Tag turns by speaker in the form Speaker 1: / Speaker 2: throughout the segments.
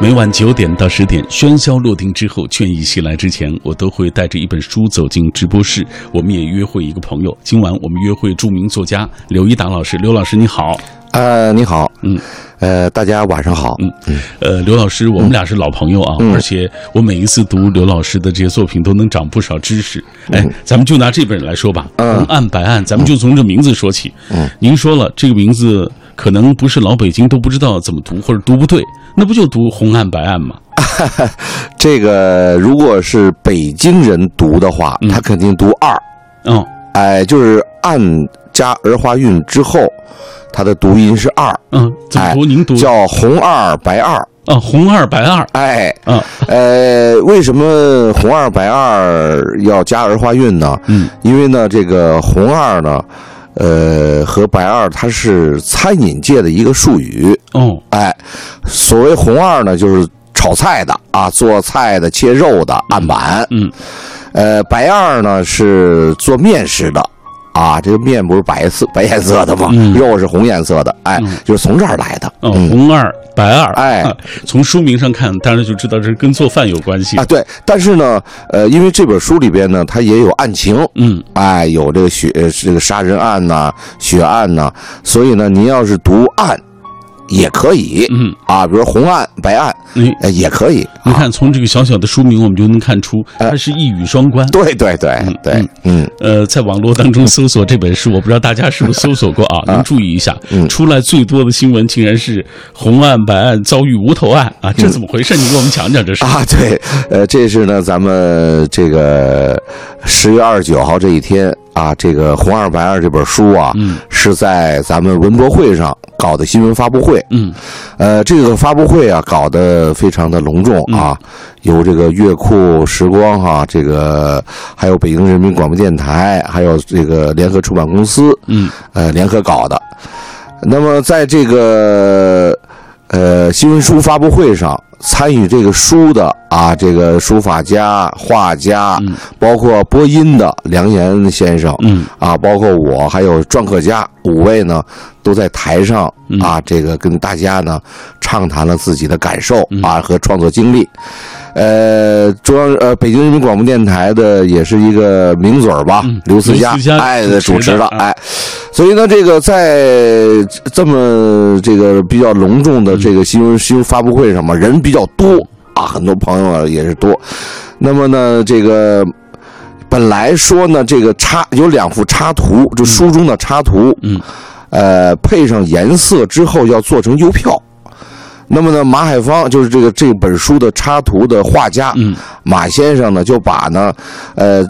Speaker 1: 每晚九点到十点，喧嚣落定之后，倦意袭来之前，我都会带着一本书走进直播室。我们也约会一个朋友，今晚我们约会著名作家刘一达老师。刘老师你好，
Speaker 2: 呃，你好，
Speaker 1: 嗯，
Speaker 2: 呃，大家晚上好，嗯
Speaker 1: 呃，刘老师，我们俩是老朋友啊，而且我每一次读刘老师的这些作品都能长不少知识。哎，咱们就拿这本来说吧，《红案白案》，咱们就从这名字说起。嗯，您说了这个名字可能不是老北京都不知道怎么读，或者读不对，那不就读红案白案吗？
Speaker 2: 这个如果是北京人读的话，他肯定读二，
Speaker 1: 嗯，
Speaker 2: 哎，就是按加儿化韵之后，它的读音是二，哎
Speaker 1: 嗯，怎么读？您读
Speaker 2: 叫红二白二，
Speaker 1: 啊，红二白二，
Speaker 2: 哎，
Speaker 1: 啊，
Speaker 2: 呃，为什么红二白二要加儿化韵呢？
Speaker 1: 嗯，
Speaker 2: 因为呢，这个红二呢，呃，和白二它是餐饮界的一个术语，
Speaker 1: 哦，
Speaker 2: 哎，所谓红二呢，就是炒菜的啊，做菜的、切肉的案板。
Speaker 1: 嗯，
Speaker 2: 呃，白二呢是做面食的。啊，这个面不是白色白颜色的吗？
Speaker 1: 嗯
Speaker 2: 肉是红颜色的，哎，就是从这儿来的。
Speaker 1: 哦，
Speaker 2: 嗯
Speaker 1: 红二白二，
Speaker 2: 哎
Speaker 1: 啊， 从书名上看，当然就知道这是跟做饭有关系
Speaker 2: 啊，。对，但是呢，呃，因为这本书里边呢，它也有案情，
Speaker 1: 嗯，
Speaker 2: 哎，有这个血呃这个杀人案呐、血案呐、所以呢，您要是读案也可以，
Speaker 1: 嗯
Speaker 2: 啊，比如红案、白案，
Speaker 1: 你
Speaker 2: 呃，也可以。
Speaker 1: 你看，从这个小小的书名，我们就能看出它是一语双 关。
Speaker 2: 啊对对对对，嗯
Speaker 1: 呃，在网络当中搜索这本书，我不知道大家是不是搜索过啊？您注意一下，
Speaker 2: 嗯
Speaker 1: 出来最多的新闻竟然是红案白案遭遇无头案啊，这怎么回事？你给我们讲讲这事。
Speaker 2: 嗯啊，对，呃，这是呢，咱们这个十月二十九号这一天啊，这个《红二白二》这本书啊，
Speaker 1: 嗯
Speaker 2: 是在咱们文博会上搞的新闻发布会。
Speaker 1: 嗯
Speaker 2: 呃，这个发布会啊，搞得非常的隆重啊，
Speaker 1: 嗯
Speaker 2: 有这个乐库时光哈、这个还有北京人民广播电台，还有这个联合出版公司，
Speaker 1: 嗯
Speaker 2: 呃联合搞的。那么在这个呃新闻书发布会上，参与这个书的啊，这个书法家、画家，
Speaker 1: 嗯
Speaker 2: 包括播音的梁岩先生，
Speaker 1: 嗯
Speaker 2: 啊，包括我，还有篆刻家五位呢，都在台上
Speaker 1: 嗯
Speaker 2: 啊，这个跟大家呢畅谈了自己的感受
Speaker 1: 嗯
Speaker 2: 啊和创作经历。呃，中央呃，北京人民广播电台的也是一个名嘴儿吧，
Speaker 1: 嗯
Speaker 2: 刘思
Speaker 1: 刘思佳
Speaker 2: 哎
Speaker 1: 主
Speaker 2: 主
Speaker 1: 持的
Speaker 2: 持的
Speaker 1: 啊
Speaker 2: 哎，所以呢，这个在这么这个比较隆重的这个新闻新闻发布会上嘛，人比较多啊，很多朋友啊也是多。那么呢，这个本来说呢，这个插有两幅插图，就书中的插图，
Speaker 1: 嗯，
Speaker 2: 呃，配上颜色之后要做成邮票。那么呢，马海芳就是这个这本书的插图的画家，
Speaker 1: 嗯
Speaker 2: 马先生呢就把呢，呃，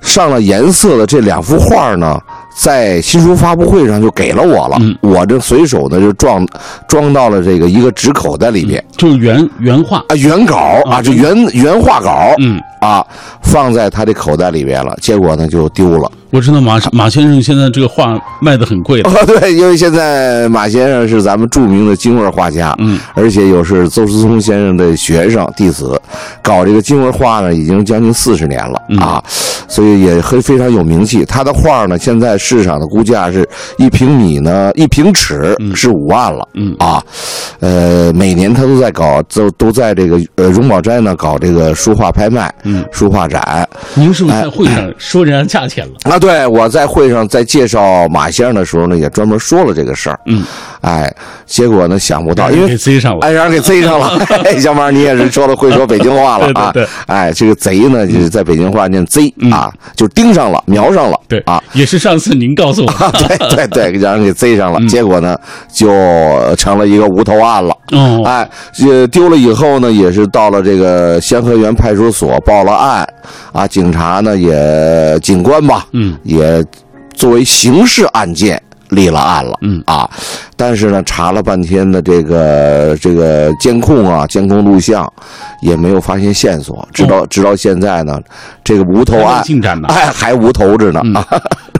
Speaker 2: 上了颜色的这两幅画呢，在新书发布会上就给了我了，
Speaker 1: 嗯
Speaker 2: 我这随手呢就装装到了这个一个纸口袋里边
Speaker 1: 就是原原话。
Speaker 2: 啊，原稿啊，这原原画稿
Speaker 1: 嗯，
Speaker 2: 啊，放在他这口袋里边了，结果呢就丢了。
Speaker 1: 我知道马马先生现在这个画卖的很贵的。
Speaker 2: 啊哦，对，因为现在马先生是咱们著名的京味画家，
Speaker 1: 嗯，
Speaker 2: 而且又是邹思聪先生的学生弟子，搞这个京味画呢已经将近四十年了、
Speaker 1: 嗯
Speaker 2: 啊，所以也很非常有名气。他的画呢，现在市场的估价是一平米呢，一平尺是五万了，
Speaker 1: 嗯
Speaker 2: 啊，呃，每年他都在搞，都都在这个呃荣宝斋呢搞这个书画拍卖，
Speaker 1: 嗯，
Speaker 2: 书画展，
Speaker 1: 您是不是
Speaker 2: 哎
Speaker 1: 在会上说人家价钱了？
Speaker 2: 啊，对，我在会上在介绍马先生的时候呢，也专门说了这个事儿。
Speaker 1: 嗯，
Speaker 2: 哎，结果呢想不到，因
Speaker 1: 给
Speaker 2: 为
Speaker 1: 塞上了。
Speaker 2: 哎让人给贼 上了。哎，小马你也是说的会说北京话了啊？
Speaker 1: 对对对嗯
Speaker 2: 哎，这个贼呢，就是在北京话念贼啊，就盯上了，瞄上了。
Speaker 1: 对
Speaker 2: 啊，
Speaker 1: 也是上次您告诉我。
Speaker 2: 啊，对对对，让人给贼
Speaker 1: 嗯
Speaker 2: 上了，结果呢就成了一个无头案了。
Speaker 1: 哦，
Speaker 2: 哎，呃，丢了以后呢，也是到了这个仙河园派出所报了案，啊，警察呢也警官吧，
Speaker 1: 嗯，
Speaker 2: 也作为刑事案件立了案了，
Speaker 1: 嗯
Speaker 2: 啊，但是呢，查了半天的这个这个监控啊，监控录像也没有发现线索，直到、直到现在呢，这个无头
Speaker 1: 哦还没
Speaker 2: 案
Speaker 1: 进嗯展呢
Speaker 2: 哎，还无头着呢，啊。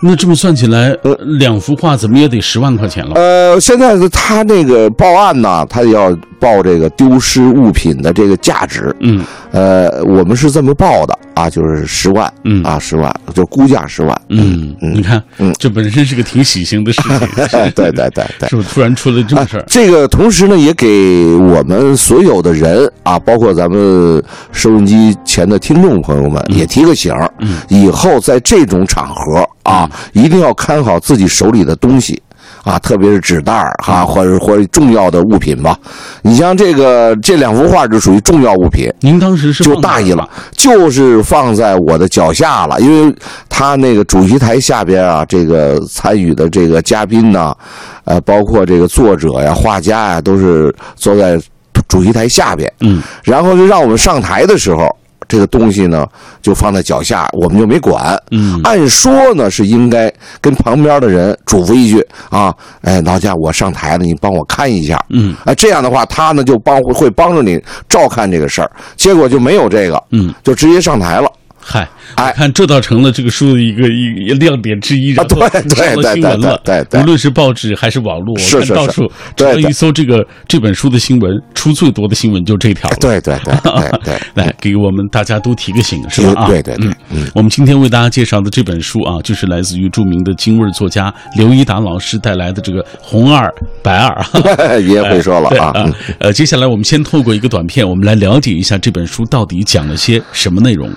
Speaker 1: 那这么算起来，呃两幅画怎么也得十万块钱了。
Speaker 2: 呃，现在是他那个报案呢，他要报这个丢失物品的这个价值。
Speaker 1: 嗯，
Speaker 2: 呃，我们是这么报的啊，就是十万，
Speaker 1: 嗯
Speaker 2: 啊，十万，就估价十万，
Speaker 1: 嗯，你看，这本身是个挺喜庆的事情，
Speaker 2: 嗯 哎对对对对
Speaker 1: 是不是？突然出了这么事儿、
Speaker 2: 啊。这个同时呢，也给我们所有的人啊，包括咱们收音机前的听众朋友们，也提个醒儿，以后在这种场合啊，一定要看好自己手里的东西。啊，特别是纸袋儿哈、啊，或者或者重要的物品吧。你像这个这两幅画就属于重要物品，
Speaker 1: 您当时是
Speaker 2: 就大意了，就是放在我的脚下了，因为他那个主席台下边啊，这个参与的这个嘉宾呐、啊，呃，包括这个作者呀、画家呀，都是坐在主席台下边。
Speaker 1: 嗯，
Speaker 2: 然后就让我们上台的时候。这个东西呢，就放在脚下，我们就没管。
Speaker 1: 嗯，
Speaker 2: 按说呢是应该跟旁边的人嘱咐一句啊，哎，老贾，我上台了，你帮我看一下。
Speaker 1: 嗯，
Speaker 2: 啊，这样的话，他呢就帮会帮着你照看这个事儿。结果就没有这个，
Speaker 1: 嗯，
Speaker 2: 就直接上台了。
Speaker 1: 嗨，
Speaker 2: 哎，
Speaker 1: 看这倒成了这个书的一个一亮点之一，
Speaker 2: 啊，对对
Speaker 1: 上了
Speaker 2: 对
Speaker 1: 新闻了
Speaker 2: 对。对对
Speaker 1: 无，论是报纸还是网络，
Speaker 2: 是
Speaker 1: 我看
Speaker 2: 是
Speaker 1: 到
Speaker 2: 是
Speaker 1: 处只
Speaker 2: 对
Speaker 1: 要一
Speaker 2: 对
Speaker 1: 搜这个这本书的新闻，出最多的新闻就这条了。
Speaker 2: 对对对对对，
Speaker 1: 来给我们大家都提个醒， 是吧？啊，
Speaker 2: 对对对
Speaker 1: 嗯，我们今天为大家介绍的这本书啊，就是来自于著名的京味儿作家刘一达老师带来的这个《红二白二》啊。
Speaker 2: 爷会说了
Speaker 1: 对
Speaker 2: 啊，嗯
Speaker 1: 啊，呃，接下来我们先透过一个短片，我们来了解一下这本书到底讲了些什么内容。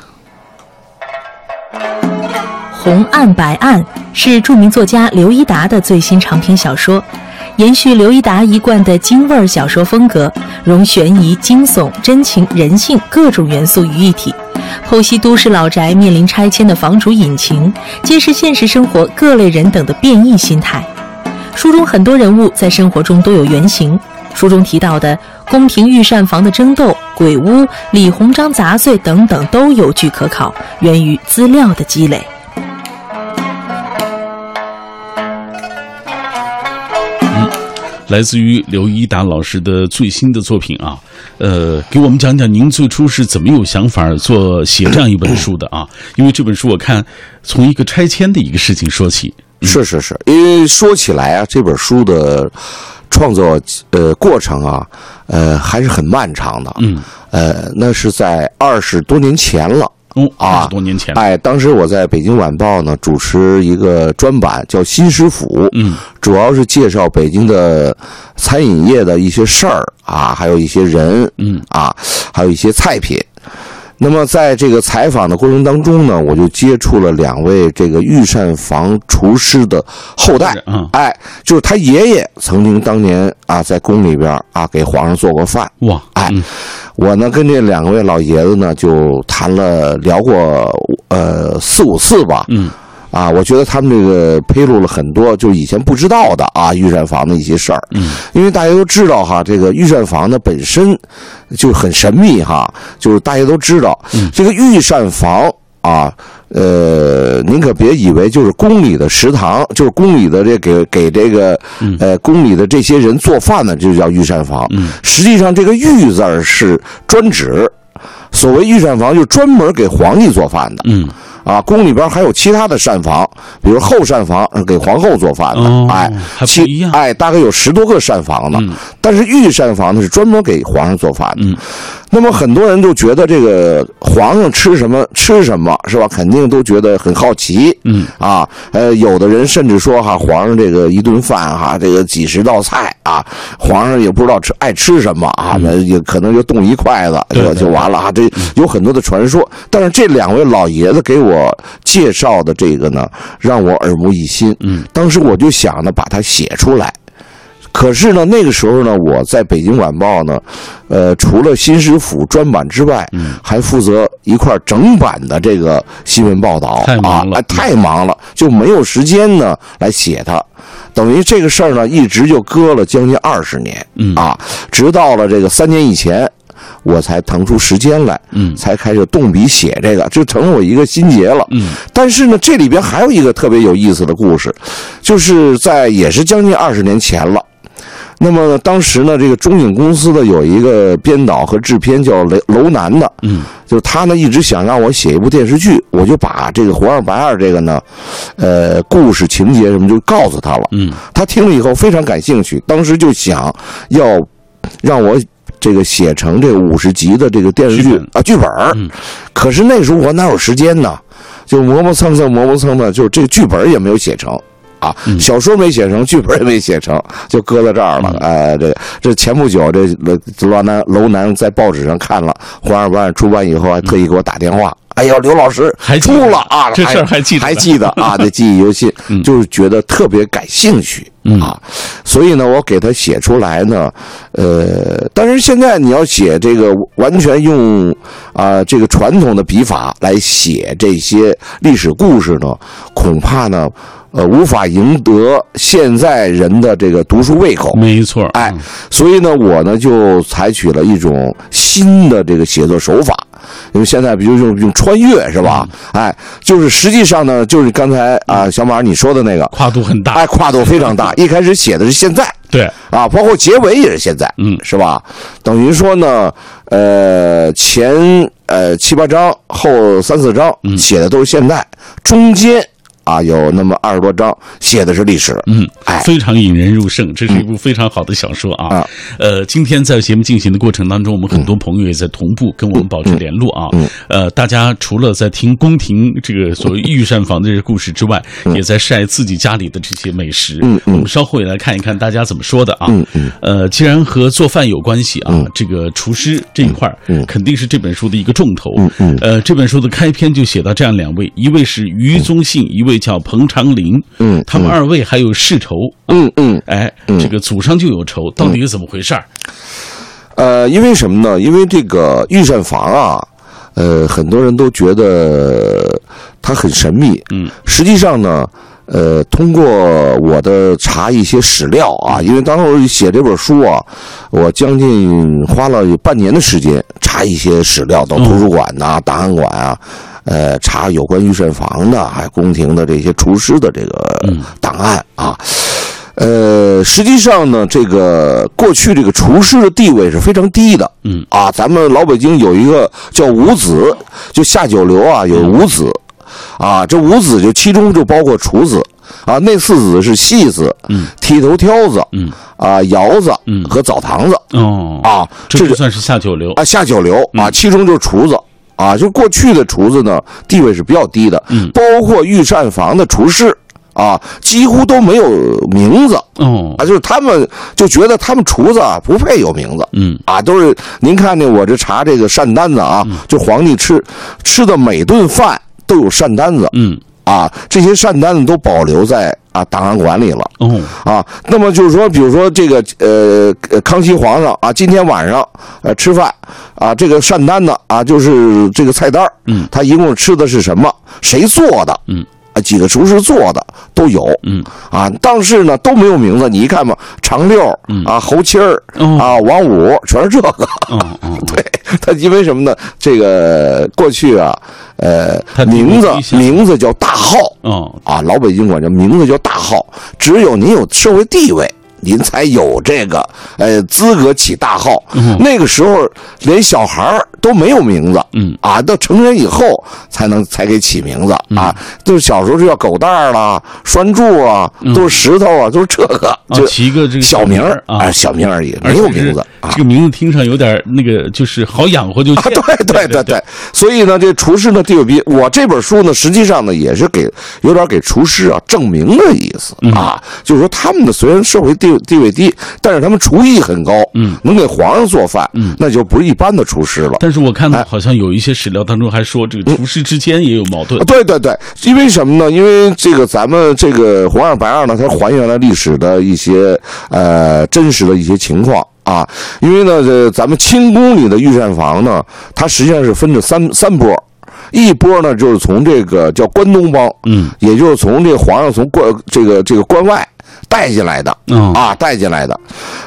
Speaker 3: 红案白案是著名作家刘一达的最新长篇小说，延续刘一达一贯的京味儿小说风格，融悬疑、惊悚、真情、人性各种元素于一体，剖析都市老宅面临拆迁的房主隐情，揭示现实生活各类人等的变异心态。书中很多人物在生活中都有原型。书中提到的宫廷御膳房的争斗、鬼屋、李鸿章杂碎等等都有据可考，源于资料的积累。
Speaker 1: 来自于刘一达老师的最新的作品啊，呃，给我们讲讲您最初是怎么有想法做写这样一本书的 啊？因为这本书我看从一个拆迁的一个事情说起，
Speaker 2: 是是是，因为说起来啊，这本书的创作呃过程啊，呃还是很漫长的。
Speaker 1: 嗯，
Speaker 2: 呃，那是在二十多年前了。
Speaker 1: 哦，
Speaker 2: 啊
Speaker 1: 二十多年前了，
Speaker 2: 哎，当时我在北京晚报呢主持一个专版，叫《新食府》，
Speaker 1: 嗯，
Speaker 2: 主要是介绍北京的餐饮业的一些事儿啊，还有一些人，
Speaker 1: 嗯
Speaker 2: 啊，还有一些菜品。那么在这个采访的过程当中呢，我就接触了两位这个御膳房厨师的后代，
Speaker 1: 嗯
Speaker 2: 哎，就是他爷爷曾经当年啊在宫里边儿啊给皇上做过饭，
Speaker 1: 哇，
Speaker 2: 哎
Speaker 1: 嗯，
Speaker 2: 我呢跟这两位老爷子呢就谈了聊过呃四五次吧，
Speaker 1: 嗯，
Speaker 2: 啊，我觉得他们这个披露了很多就以前不知道的啊御膳房的一些事儿，
Speaker 1: 嗯，
Speaker 2: 因为大家都知道哈，这个御膳房呢本身就很神秘哈，就是大家都知道、
Speaker 1: 嗯
Speaker 2: 这个御膳房啊。呃，您可别以为就是宫里的食堂，就是宫里的这给给这个
Speaker 1: 嗯
Speaker 2: 呃宫里的这些人做饭呢，就叫御膳房。实际上，这个“御”字儿是专指，所谓御膳房就是专门给皇帝做饭的。
Speaker 1: 嗯，
Speaker 2: 啊，宫里边还有其他的膳房，比如后膳房是给皇后做饭的，
Speaker 1: 哦
Speaker 2: 哎，
Speaker 1: 还不
Speaker 2: 其
Speaker 1: 一样
Speaker 2: 哎，大概有十多个膳房呢。但是御膳房呢是专门给皇上做饭的。
Speaker 1: 嗯
Speaker 2: 那么很多人就觉得这个皇上吃什么吃什么是吧？肯定都觉得很好奇。
Speaker 1: 嗯
Speaker 2: 啊，呃，有的人甚至说哈，皇上这个一顿饭哈，这个几十道菜啊，皇上也不知道吃爱吃什么啊，那也可能就动一筷子
Speaker 1: 嗯对对
Speaker 2: 就
Speaker 1: 嗯
Speaker 2: 就完了啊。这有很多的传说，但是这两位老爷子给我介绍的这个呢，让我耳目一新。
Speaker 1: 嗯，
Speaker 2: 当时我就想呢，把它写出来。可是呢，那个时候呢，我在北京晚报呢，呃，除了新食府专版之外，
Speaker 1: 嗯
Speaker 2: 还负责一块儿整版的这个新闻报道，
Speaker 1: 太忙了
Speaker 2: 啊哎太忙了，就没有时间呢来写它。等于这个事儿呢，一直就搁了将近二十年，
Speaker 1: 嗯
Speaker 2: 啊，直到了这个三年以前，我才腾出时间来，
Speaker 1: 嗯
Speaker 2: 才开始动笔写这个，就成了我一个心结了。
Speaker 1: 嗯，
Speaker 2: 但是呢，这里边还有一个特别有意思的故事，就是在也是将近二十年前了。那么当时呢，这个中影公司的有一个编导和制片叫雷楼南的，
Speaker 1: 嗯，
Speaker 2: 就是他呢一直想让我写一部电视剧，我就把这个《红二白二》这个呢，呃，故事情节什么就告诉他了。
Speaker 1: 嗯，
Speaker 2: 他听了以后非常感兴趣，当时就想要让我这个写成这五十集的这个电视
Speaker 1: 剧
Speaker 2: 剧
Speaker 1: 本
Speaker 2: 啊剧本儿。
Speaker 1: 嗯
Speaker 2: 可是那时候我哪有时间呢？就磨磨蹭蹭磨磨蹭蹭，就是这个剧本也没有写成。啊，
Speaker 1: 嗯
Speaker 2: 小说没写成，剧本也没写成， 就搁到这儿了。哎，这这前不久这楼南楼南在报纸上看了，黄二班出版以后还特意给我打电话。哎呦，刘老师
Speaker 1: 嗯还记
Speaker 2: 出
Speaker 1: 得
Speaker 2: 了啊！
Speaker 1: 这事儿还
Speaker 2: 还
Speaker 1: 记得
Speaker 2: 还记得啊，这记忆犹新，就是觉得特别感兴趣啊，所以呢，我给他写出来呢，呃，但是现在你要写这个，完全用啊、这个传统的笔法来写这些历史故事呢，恐怕呢，呃，无法赢得现在人的这个读书胃口。
Speaker 1: 没错，
Speaker 2: 哎，所以呢，我呢就采取了一种新的这个写作手法，因为现在比如用用穿越是吧？
Speaker 1: 嗯
Speaker 2: 哎，就是实际上呢，就是刚才啊、小马你说的那个，
Speaker 1: 跨度很嗯大嗯
Speaker 2: 哎，，跨度非常大。一开始写的是现在
Speaker 1: 对，
Speaker 2: 啊，包括结尾也是现在，
Speaker 1: 嗯
Speaker 2: 是吧？等于说呢，呃，前呃七八章，后三四章
Speaker 1: 嗯
Speaker 2: 写的都是现在，中间啊有那么二十多章写的是历史，
Speaker 1: 嗯，
Speaker 2: 哎嗯
Speaker 1: 非常引人入胜，这是一部非常好的小说啊。
Speaker 2: 啊
Speaker 1: 呃，今天在节目进行的过程当中，我们很多朋友也在同步跟我们保持联络啊。
Speaker 2: 嗯
Speaker 1: 呃，大家除了在听宫廷这个所谓御膳房的这个故事之外，也在晒自己家里的这些美食。
Speaker 2: 嗯嗯
Speaker 1: 我们稍后也来看一看大家怎么说的啊。
Speaker 2: 嗯嗯
Speaker 1: 呃，既然和做饭有关系啊，这个厨师这一块儿肯定是这本书的一个重头。
Speaker 2: 嗯嗯
Speaker 1: 呃，这本书的开篇就写到这样两位，一位是于宗信，一位叫彭长林。
Speaker 2: 嗯
Speaker 1: 他们二位还有世仇。
Speaker 2: 嗯嗯。
Speaker 1: 哎，这个祖上就有仇，到底是怎么回事儿？
Speaker 2: 呃，因为什么呢？因为这个御膳房啊，呃，很多人都觉得它很神秘。
Speaker 1: 嗯，
Speaker 2: 实际上呢，呃，通过我的查一些史料啊，因为当时我写这本书啊，我将近花了有半年的时间查一些史料，到图书馆呐、档案馆啊。呃，查有关御膳房的，还有宫廷的这些厨师的这个档案啊，呃，实际上呢，这个过去这个厨师的地位是非常低的。
Speaker 1: 嗯
Speaker 2: 啊，咱们老北京有一个叫五子，就下九流啊，有五子，啊，这五子就其中就包括厨子，啊，那四子是戏子，
Speaker 1: 嗯，
Speaker 2: 剃头挑子，
Speaker 1: 嗯，
Speaker 2: 啊，窑子，
Speaker 1: 嗯
Speaker 2: 和澡堂子，
Speaker 1: 哦，
Speaker 2: 啊，
Speaker 1: 这就
Speaker 2: 这
Speaker 1: 是嗯算是下九流。
Speaker 2: 啊下九流啊，其中就是厨子。啊，就过去的厨子呢，地位是比较低的，
Speaker 1: 嗯
Speaker 2: 包括御膳房的厨师啊，几乎都没有名字，
Speaker 1: 哦
Speaker 2: 啊，，就是他们就觉得他们厨子啊不配有名字
Speaker 1: 嗯
Speaker 2: 啊，都是您看见我这查这个膳单子啊，就皇帝吃吃的每顿饭都有膳单子
Speaker 1: 嗯，
Speaker 2: 啊，这些膳单子都保留在啊档案馆里了。
Speaker 1: 哦，
Speaker 2: 啊，那么就是说，比如说这个呃，呃康熙皇上啊，今天晚上呃吃饭啊，这个膳单呢啊，就是这个菜单儿
Speaker 1: 嗯
Speaker 2: 他一共吃的是什么，谁做的，
Speaker 1: 嗯，
Speaker 2: 啊，几个厨师做的都有，
Speaker 1: 嗯，
Speaker 2: 啊，但是呢都没有名字，你一看吧，常六儿啊，侯七儿
Speaker 1: 嗯哦
Speaker 2: 啊，王五全是这个，
Speaker 1: 哦哦，
Speaker 2: 对他因为什么呢？这个过去啊，呃
Speaker 1: 他，地位
Speaker 2: 名字
Speaker 1: 低下
Speaker 2: 名字叫大号，
Speaker 1: 哦，
Speaker 2: 啊，老北京管叫名字叫大号，只有您有社会地位，您才有这个呃资格起大号。
Speaker 1: 嗯
Speaker 2: 那个时候连小孩儿都没有名字，
Speaker 1: 嗯
Speaker 2: 啊，到成人以后才能才给起名字啊，就是小时候就叫狗蛋儿啦、栓柱啊，
Speaker 1: 嗯
Speaker 2: 都是石头啊，都是这个，
Speaker 1: 啊
Speaker 2: 就
Speaker 1: 起一个这个
Speaker 2: 小名儿
Speaker 1: 啊
Speaker 2: 啊，小名儿而已，
Speaker 1: 而
Speaker 2: 没
Speaker 1: 且
Speaker 2: 有
Speaker 1: 是
Speaker 2: 名字啊
Speaker 1: 这。个名字听上有点儿那个，就是好养活就
Speaker 2: 啊，
Speaker 1: 见
Speaker 2: 对对对对，所以呢，这厨师呢地位比我这本书呢，实际上呢也是给有点给厨师啊证明的意思啊，就是说他们的虽然社会地地位低，但是他们厨艺很高，嗯，能给皇上做饭，嗯，那就不是一般的厨师了。
Speaker 1: 但是我看
Speaker 2: 哎
Speaker 1: 到好像有一些史料当中还说，
Speaker 2: 嗯
Speaker 1: 这个厨师之间也有矛盾
Speaker 2: 啊。对对对，因为什么呢？因为这个咱们这个红二白二呢，它还原了历史的一些呃真实的一些情况啊。因为呢，这咱们清宫里的御膳房呢，它实际上是分着三三波。一波呢，就是从这个叫关东帮，
Speaker 1: 嗯，
Speaker 2: 也就是从这个皇上从关这个这个关外带进来的，
Speaker 1: 嗯
Speaker 2: 啊，带进来的，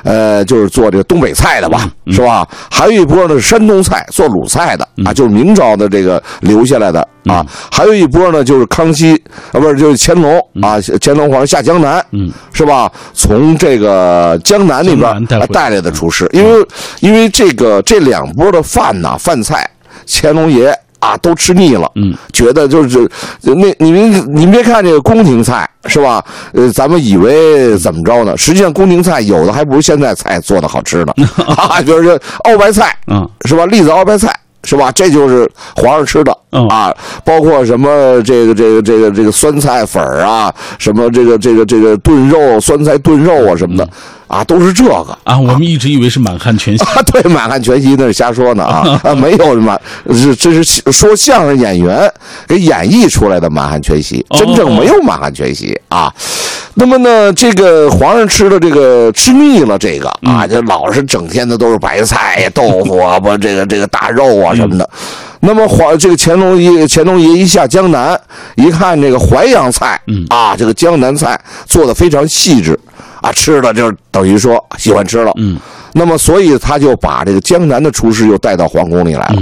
Speaker 2: 呃，就是做这个东北菜的吧，
Speaker 1: 嗯
Speaker 2: 是吧？还有一波呢，山东菜做鲁菜的啊，就是明朝的这个留下来的
Speaker 1: 嗯
Speaker 2: 啊。还有一波呢，就是康熙啊，不是就是乾隆啊，乾隆皇上下江南，
Speaker 1: 嗯，
Speaker 2: 是吧？从这个江南那边
Speaker 1: 江南带回
Speaker 2: 啊带来的厨师，因为因为这个这两波的饭呐，饭菜，乾隆爷。啊，都吃腻了，
Speaker 1: 嗯，
Speaker 2: 觉得就是那你们你们别看这个宫廷菜是吧？呃，咱们以为怎么着呢？实际上宫廷菜有 的还不如现在菜做的好吃呢。啊，比如说熬白菜，
Speaker 1: 啊，
Speaker 2: 是吧？栗子熬白菜是吧？这就是皇上吃的
Speaker 1: 嗯
Speaker 2: 啊，包括什么这个这个这个这个酸菜粉儿啊，什么这个这个这个炖肉、酸菜炖肉啊什
Speaker 1: 嗯
Speaker 2: 么的啊，都是这个。
Speaker 1: 啊，我们一直以为是满汉全席，
Speaker 2: 啊， 对，满汉全席那是瞎说呢啊啊，没有满，是这是说相声演员给演绎出来的满汉全席，
Speaker 1: 哦
Speaker 2: 真正没有满汉全席啊。那么呢，这个皇上吃的这个吃腻了，这个啊，这老是整天的都是白菜呀、豆腐啊，不这个这个大肉啊什么的。那么皇这个乾隆爷乾隆爷一下江南，一看这个淮扬菜，啊，这个江南菜做的非常细致，啊，吃的就是等于说喜欢吃了，嗯，那么所以他就把这个江南的厨师又带到皇宫里来了。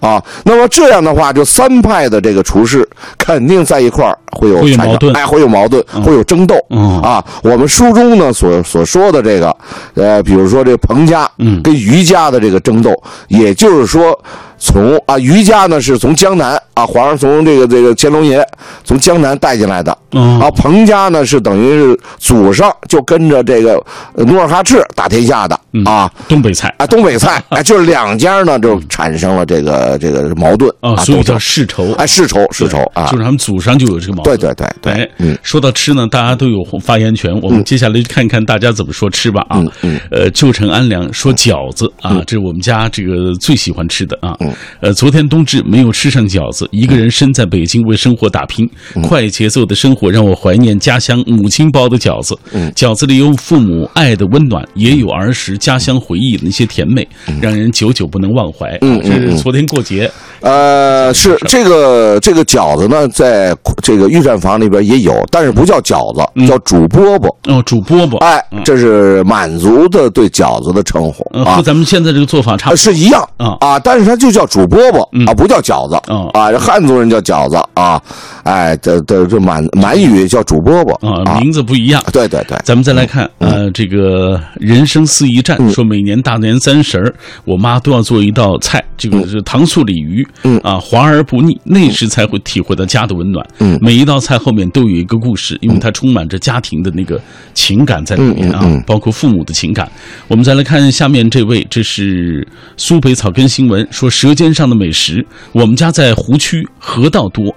Speaker 2: 啊，那么这样的话，就三派的这个厨师肯定在一块儿会有
Speaker 1: 会有
Speaker 2: 产生
Speaker 1: 矛盾
Speaker 2: 哎，会有矛盾，会有争斗。
Speaker 1: 嗯
Speaker 2: 啊，我们书中呢所所说的这个，呃，比如说这个彭家，嗯，跟于家的这个争斗，也就是说从啊于家呢是从江南啊，皇上从这个这个乾隆爷从江南带进来的，
Speaker 1: 嗯
Speaker 2: 啊，彭家呢是等于是祖上就跟着这个呃努尔哈赤打天下的
Speaker 1: 嗯
Speaker 2: 啊。
Speaker 1: 东北菜
Speaker 2: 啊，东北菜， 哎，就是两家呢，就产生了这个这个矛盾
Speaker 1: 啊，
Speaker 2: 啊，
Speaker 1: 所以
Speaker 2: 斗
Speaker 1: 叫
Speaker 2: 争
Speaker 1: 世仇，
Speaker 2: 哎世仇世仇啊
Speaker 1: 就，是他们祖上就有这个矛
Speaker 2: 对
Speaker 1: 盾。
Speaker 2: 对对对，
Speaker 1: 哎，说到吃呢，大家都有发言权。我们接下来看看大家怎么说吃吧啊。呃，旧城安良说饺子啊，这是我们家这个最喜欢吃的啊。呃，昨天冬至没有吃上饺子，一个人身在北京为生活打拼，快节奏的生活让我怀念家乡母亲包的饺子。饺子里有父母爱的温暖，也有儿时家乡回忆的那些甜美，让人久久不能忘怀。嗯，这是昨天过节，
Speaker 2: 呃，是这个这个饺子呢，在这个御膳房里边也有，但是不叫饺
Speaker 1: 嗯
Speaker 2: 子，叫煮饽饽。
Speaker 1: 哦，煮饽饽，
Speaker 2: 哎，这是满族的对饺子的称呼
Speaker 1: 呃，和
Speaker 2: 啊。
Speaker 1: 咱们现在这个做法差不多。
Speaker 2: 呃是一样
Speaker 1: 啊
Speaker 2: 啊，但是它就叫煮饽
Speaker 1: 嗯
Speaker 2: 饽啊，不叫饺子
Speaker 1: 哦
Speaker 2: 啊。这汉族人叫饺子啊，哎，这这这满满语叫煮饽饽
Speaker 1: 啊，名字不一样。
Speaker 2: 对对对，
Speaker 1: 咱们再来看，呃，这个人生四驿站说，每年大年三十儿，我妈都要做一道菜，这个是糖醋鲤鱼，啊，滑而不腻，那时才会体会到家的温暖。嗯，每一道菜后面都有一个故事，因为它充满着家庭的那个情感在里面啊，包括父母的情感。我们再来看下面这位，这是苏北草根新闻说，《舌尖上的美食》，我们家在湖区河道多。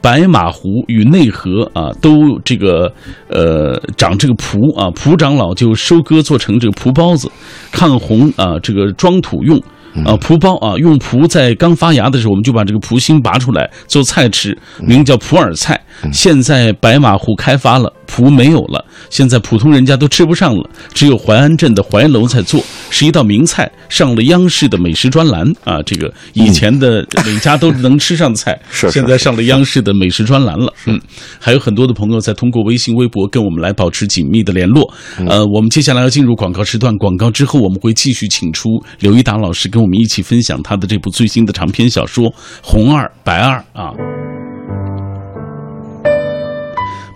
Speaker 1: 白马湖与内河啊，都这个呃长这个蒲啊，蒲长老就收割做成这个蒲包子，抗洪啊，这个装土用。
Speaker 2: 嗯
Speaker 1: 啊，蒲包啊，用蒲在刚发芽的时候，我们就把这个蒲心拔出来做菜吃，名叫普洱菜。
Speaker 2: 嗯
Speaker 1: 现在白马湖开发了，蒲没有了，现在普通人家都吃不上了，只有淮安镇的淮楼在做，是一道名菜，上了央视的美食专栏啊。这个以前的每家都能吃上的菜，
Speaker 2: 是是
Speaker 1: 现在上了央视的美食专栏了。嗯，还有很多的朋友在通过微信、微博跟我们来保持紧密的联络。呃，我们接下来要进入广告时段，广告之后我们会继续请出刘一达老师跟我们一起分享他的这部最新的长篇小说《红二白二》啊。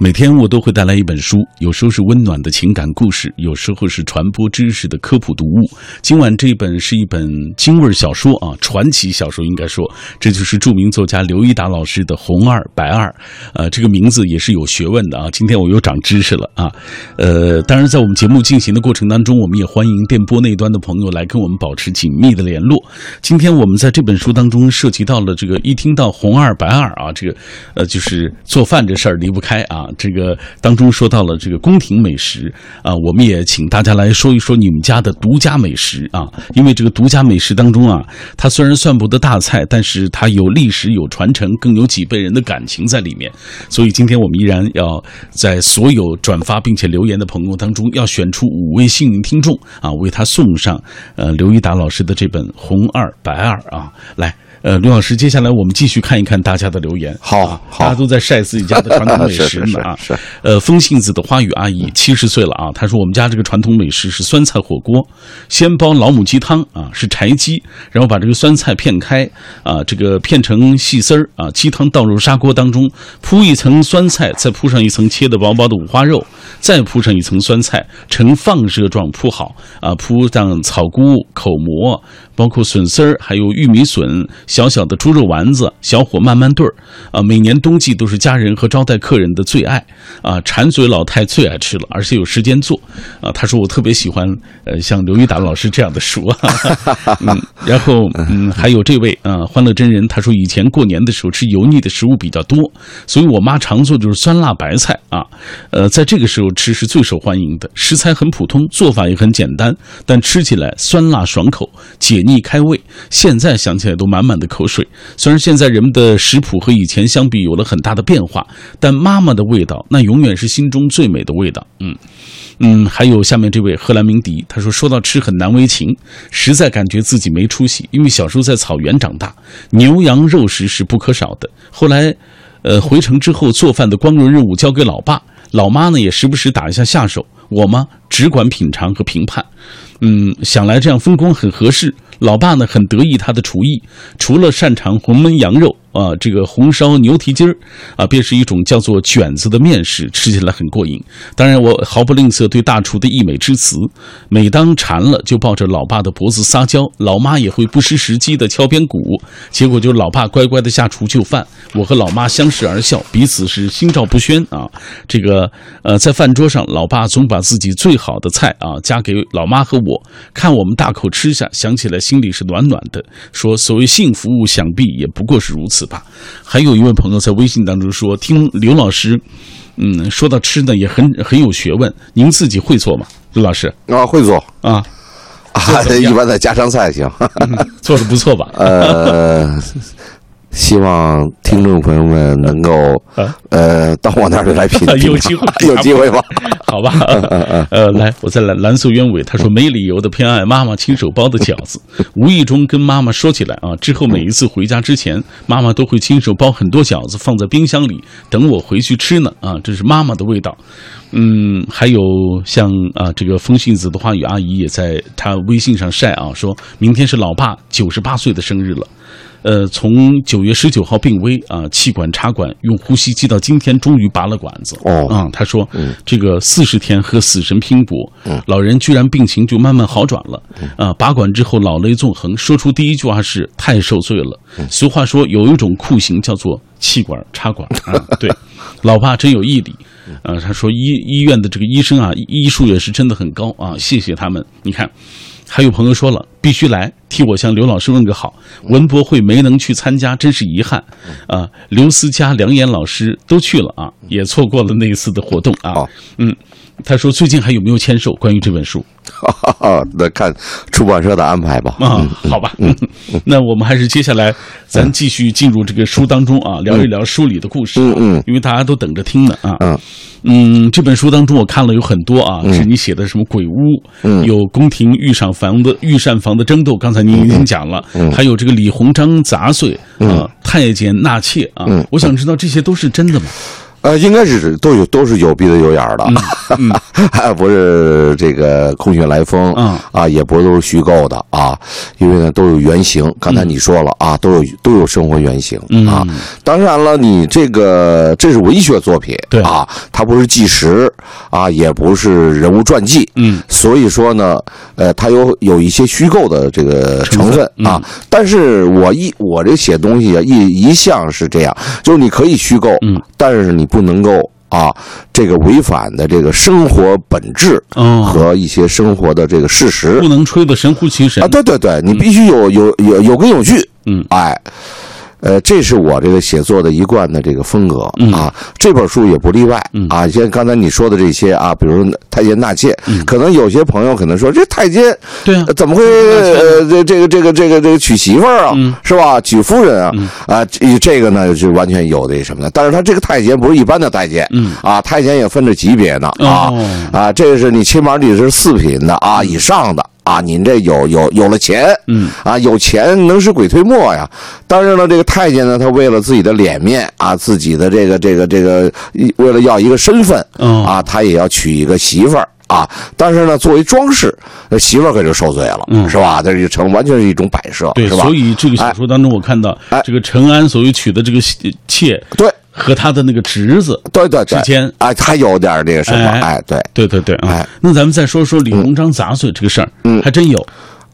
Speaker 1: 每天我都会带来一本书，有时候是温暖的情感故事，有时候是传播知识的科普读物。今晚这本是一本京味儿小说啊，传奇小说应该说，这就是著名作家刘一达老师的《红二白二》。呃，这个名字也是有学问的啊。今天我又长知识了啊。呃，当然在我们节目进行的过程当中，我们也欢迎电波那端的朋友来跟我们保持紧密的联络。今天我们在这本书当中涉及到了这个，一听到红二白二啊，这个呃，就是做饭这事儿离不开啊。这个当中说到了这个宫廷美食啊，我们也请大家来说一说你们家的独家美食啊，因为这个独家美食当中啊，它虽然算不得大菜，但是它有历史、有传承，更有几辈人的感情在里面。所以今天我们依然要在所有转发并且留言的朋友当中，要选出五位幸运听众啊，为他送上呃刘一达老师的这本《红二白二》啊。来，呃，刘老师，接下来我们继续看一看大家的留言。
Speaker 2: 好
Speaker 1: 大家
Speaker 2: 好，。
Speaker 1: 都在晒自己家的传统美食呢啊
Speaker 2: 是是是
Speaker 1: 呃，风信子的花语阿姨七十岁了啊，她说我们家这个传统美食是酸菜火锅，先煲老母鸡汤啊，是柴鸡，然后把这个酸菜片开啊，这个片成细丝儿啊，鸡汤倒入砂锅当中，铺一层酸菜，再铺上一层切得薄薄的五花肉，再铺上一层酸菜，呈放射状铺好啊，铺上草菇、口蘑，包括笋丝儿，还有玉米笋、小小的猪肉丸子，小火慢慢炖儿，啊，每年冬季都是家人和招待客人的最爱，啊，馋嘴老太最爱吃了，而且有时间做，啊，他说我特别喜欢，呃，像刘一达老师这样的书啊， 嗯，然后嗯，还有这位啊，欢乐真人，他说以前过年的时候吃油腻的食物比较多，所以我妈常做就是酸辣白菜啊，呃，在这个时候吃是最受欢迎的，食材很普通，做法也很简单，但吃起来酸辣爽口，解腻开胃。现在想起来都满满的口水。虽然现在人们的食谱和以前相比有了很大的变化，但妈妈的味道那永远是心中最美的味道。嗯。嗯，还有下面这位荷兰鸣笛，他说说到吃很难为情，实在感觉自己没出息，因为小时候在草原长大，牛羊肉食是不可少的。后来，呃，回城之后做饭的光荣任务交给老爸，老妈呢也时不时打一下下手，我嘛只管品尝和评判。嗯，想来这样分工很合适。老爸呢很得意他的厨艺，除了擅长红焖羊肉啊、这个红烧牛蹄筋儿啊，便是一种叫做卷子的面食，吃起来很过瘾。当然，我毫不吝啬对大厨的溢美之词。每当馋了，就抱着老爸的脖子撒娇，老妈也会不失时机的敲边鼓。结果就是老爸乖乖的下厨就饭，我和老妈相视而笑，彼此是心照不宣啊。这个呃，在饭桌上，老爸总把自己最好的菜啊夹给老妈和我，看我们大口吃下，想起来心里是暖暖的。说所谓幸福，想必也不过是如此吧。 还有一位朋友在微信当中说，听刘老师，嗯，说到吃呢也很很有学问，您自己会做吗？刘老师
Speaker 2: 啊，会做
Speaker 1: 啊，
Speaker 2: 啊，
Speaker 1: 怎么
Speaker 2: 一
Speaker 1: 样
Speaker 2: 般在家常菜行。
Speaker 1: 做的不错吧？
Speaker 2: 呃，希望听众朋友们能够
Speaker 1: 啊
Speaker 2: 呃到我那儿来品
Speaker 1: 有
Speaker 2: 品
Speaker 1: 机会
Speaker 2: 尝 有机会吧。
Speaker 1: 好吧，呃，来，我再来蓝素鸢尾，他说没理由的偏爱妈妈亲手包的饺子，无意中跟妈妈说起来啊，之后每一次回家之前，妈妈都会亲手包很多饺子放在冰箱里，等我回去吃呢啊，这是妈妈的味道。嗯，还有像啊，这个风信子的话语阿姨也在她微信上晒啊，说明天是老爸九十八岁的生日了。呃，从九月十九号病危啊，气管插管，用呼吸机到今天终于拔了管子。
Speaker 2: 哦
Speaker 1: 啊，他说，这个四十天和死神拼搏，老人居然病情就慢慢好转了。啊，拔管之后老泪纵横，说出第一句话是太受罪了。俗话说有一种酷刑叫做气管插管啊，对，老爸真有毅力。啊，他说医医院的这个医生啊，医医术也是真的很高啊，谢谢他们。你看，还有朋友说了，必须来，替我向刘老师问个好。文博会没能去参加，真是遗憾。啊，刘思佳、梁岩老师都去了啊，也错过了那一次的活动啊
Speaker 2: 好。
Speaker 1: 嗯，他说最近还有没有签售关于这本书
Speaker 2: 那看出版社的安排吧。嗯
Speaker 1: 啊？好吧， 那我们还是接下来咱继续进入这个书当中啊，聊一聊书里的故事。啊
Speaker 2: 嗯嗯，
Speaker 1: 因为大家都等着听呢啊。
Speaker 2: 嗯
Speaker 1: 嗯这本书当中我看了有很多啊，是你写的什么鬼屋，
Speaker 2: 嗯
Speaker 1: 有宫廷御上房的御膳房的争斗，刚才您已经讲了，
Speaker 2: 嗯
Speaker 1: 还有这个李鸿章杂碎啊，太监纳妾啊，
Speaker 2: 嗯
Speaker 1: 我想知道这些都是真的吗？
Speaker 2: 呃，应该是都有都是有鼻子有眼儿的， 还不是这个空穴来风
Speaker 1: 嗯
Speaker 2: 啊，也不是都是虚构的啊，因为呢都有原型。
Speaker 1: 嗯
Speaker 2: 刚才你说了啊，都有都有生活原型啊。当然了，你这个这是文学作品，
Speaker 1: 对
Speaker 2: 啊，它不是纪实啊，也不是人物传记，
Speaker 1: 嗯，
Speaker 2: 所以说呢，呃，它有有一些虚构的这个成分
Speaker 1: 嗯
Speaker 2: 啊。但是我一我这写东西啊，一一向是这样，就是你可以虚构，
Speaker 1: 嗯，
Speaker 2: 但是你不能够啊，这个违反的这个生活本质啊
Speaker 1: 哦，
Speaker 2: 和一些生活的这个事实
Speaker 1: 不能吹得神乎其神
Speaker 2: 嗯啊。对对对，你必须有有有有根有据，
Speaker 1: 嗯，
Speaker 2: 哎。呃，这是我这个写作的一贯的这个风格
Speaker 1: 嗯
Speaker 2: 啊，这本书也不例外啊。像刚才你说的这些啊，比如太监纳妾，
Speaker 1: 嗯
Speaker 2: 可能有些朋友可能说这太监
Speaker 1: 对啊
Speaker 2: 呃，怎么会呃这这个这个这个这个娶媳妇儿啊，
Speaker 1: 嗯
Speaker 2: 是吧？娶夫人啊，啊这这个呢是完全有的什么的，但是他这个太监不是一般的太监，啊，太监也分着级别呢啊
Speaker 1: 嗯哦
Speaker 2: 啊，这个是你起码你是四品的
Speaker 1: 嗯
Speaker 2: 啊以上的。啊，您这有有有了钱，嗯，啊，有钱能使鬼推磨呀。当然了，这个太监呢，他为了自己的脸面啊，自己的这个这个这个，一为了要一个身份，
Speaker 1: 哦
Speaker 2: 啊，他也要娶一个媳妇儿啊。但是呢，作为装饰，那媳妇儿可就受罪了，
Speaker 1: 嗯
Speaker 2: 是吧？这就成完全是一种摆设，
Speaker 1: 对，
Speaker 2: 是吧
Speaker 1: 所？以这个小说当中我看到
Speaker 2: 哎
Speaker 1: 这个陈安所谓娶的这个妾
Speaker 2: 对
Speaker 1: 和他的那个侄子，
Speaker 2: 对对
Speaker 1: 之间
Speaker 2: 对，哎，他有点儿这个什么，
Speaker 1: 哎
Speaker 2: 哎，对。嗯
Speaker 1: 对对对啊
Speaker 2: 哎。
Speaker 1: 那咱们再说说李鸿章杂碎这个事儿，还真有。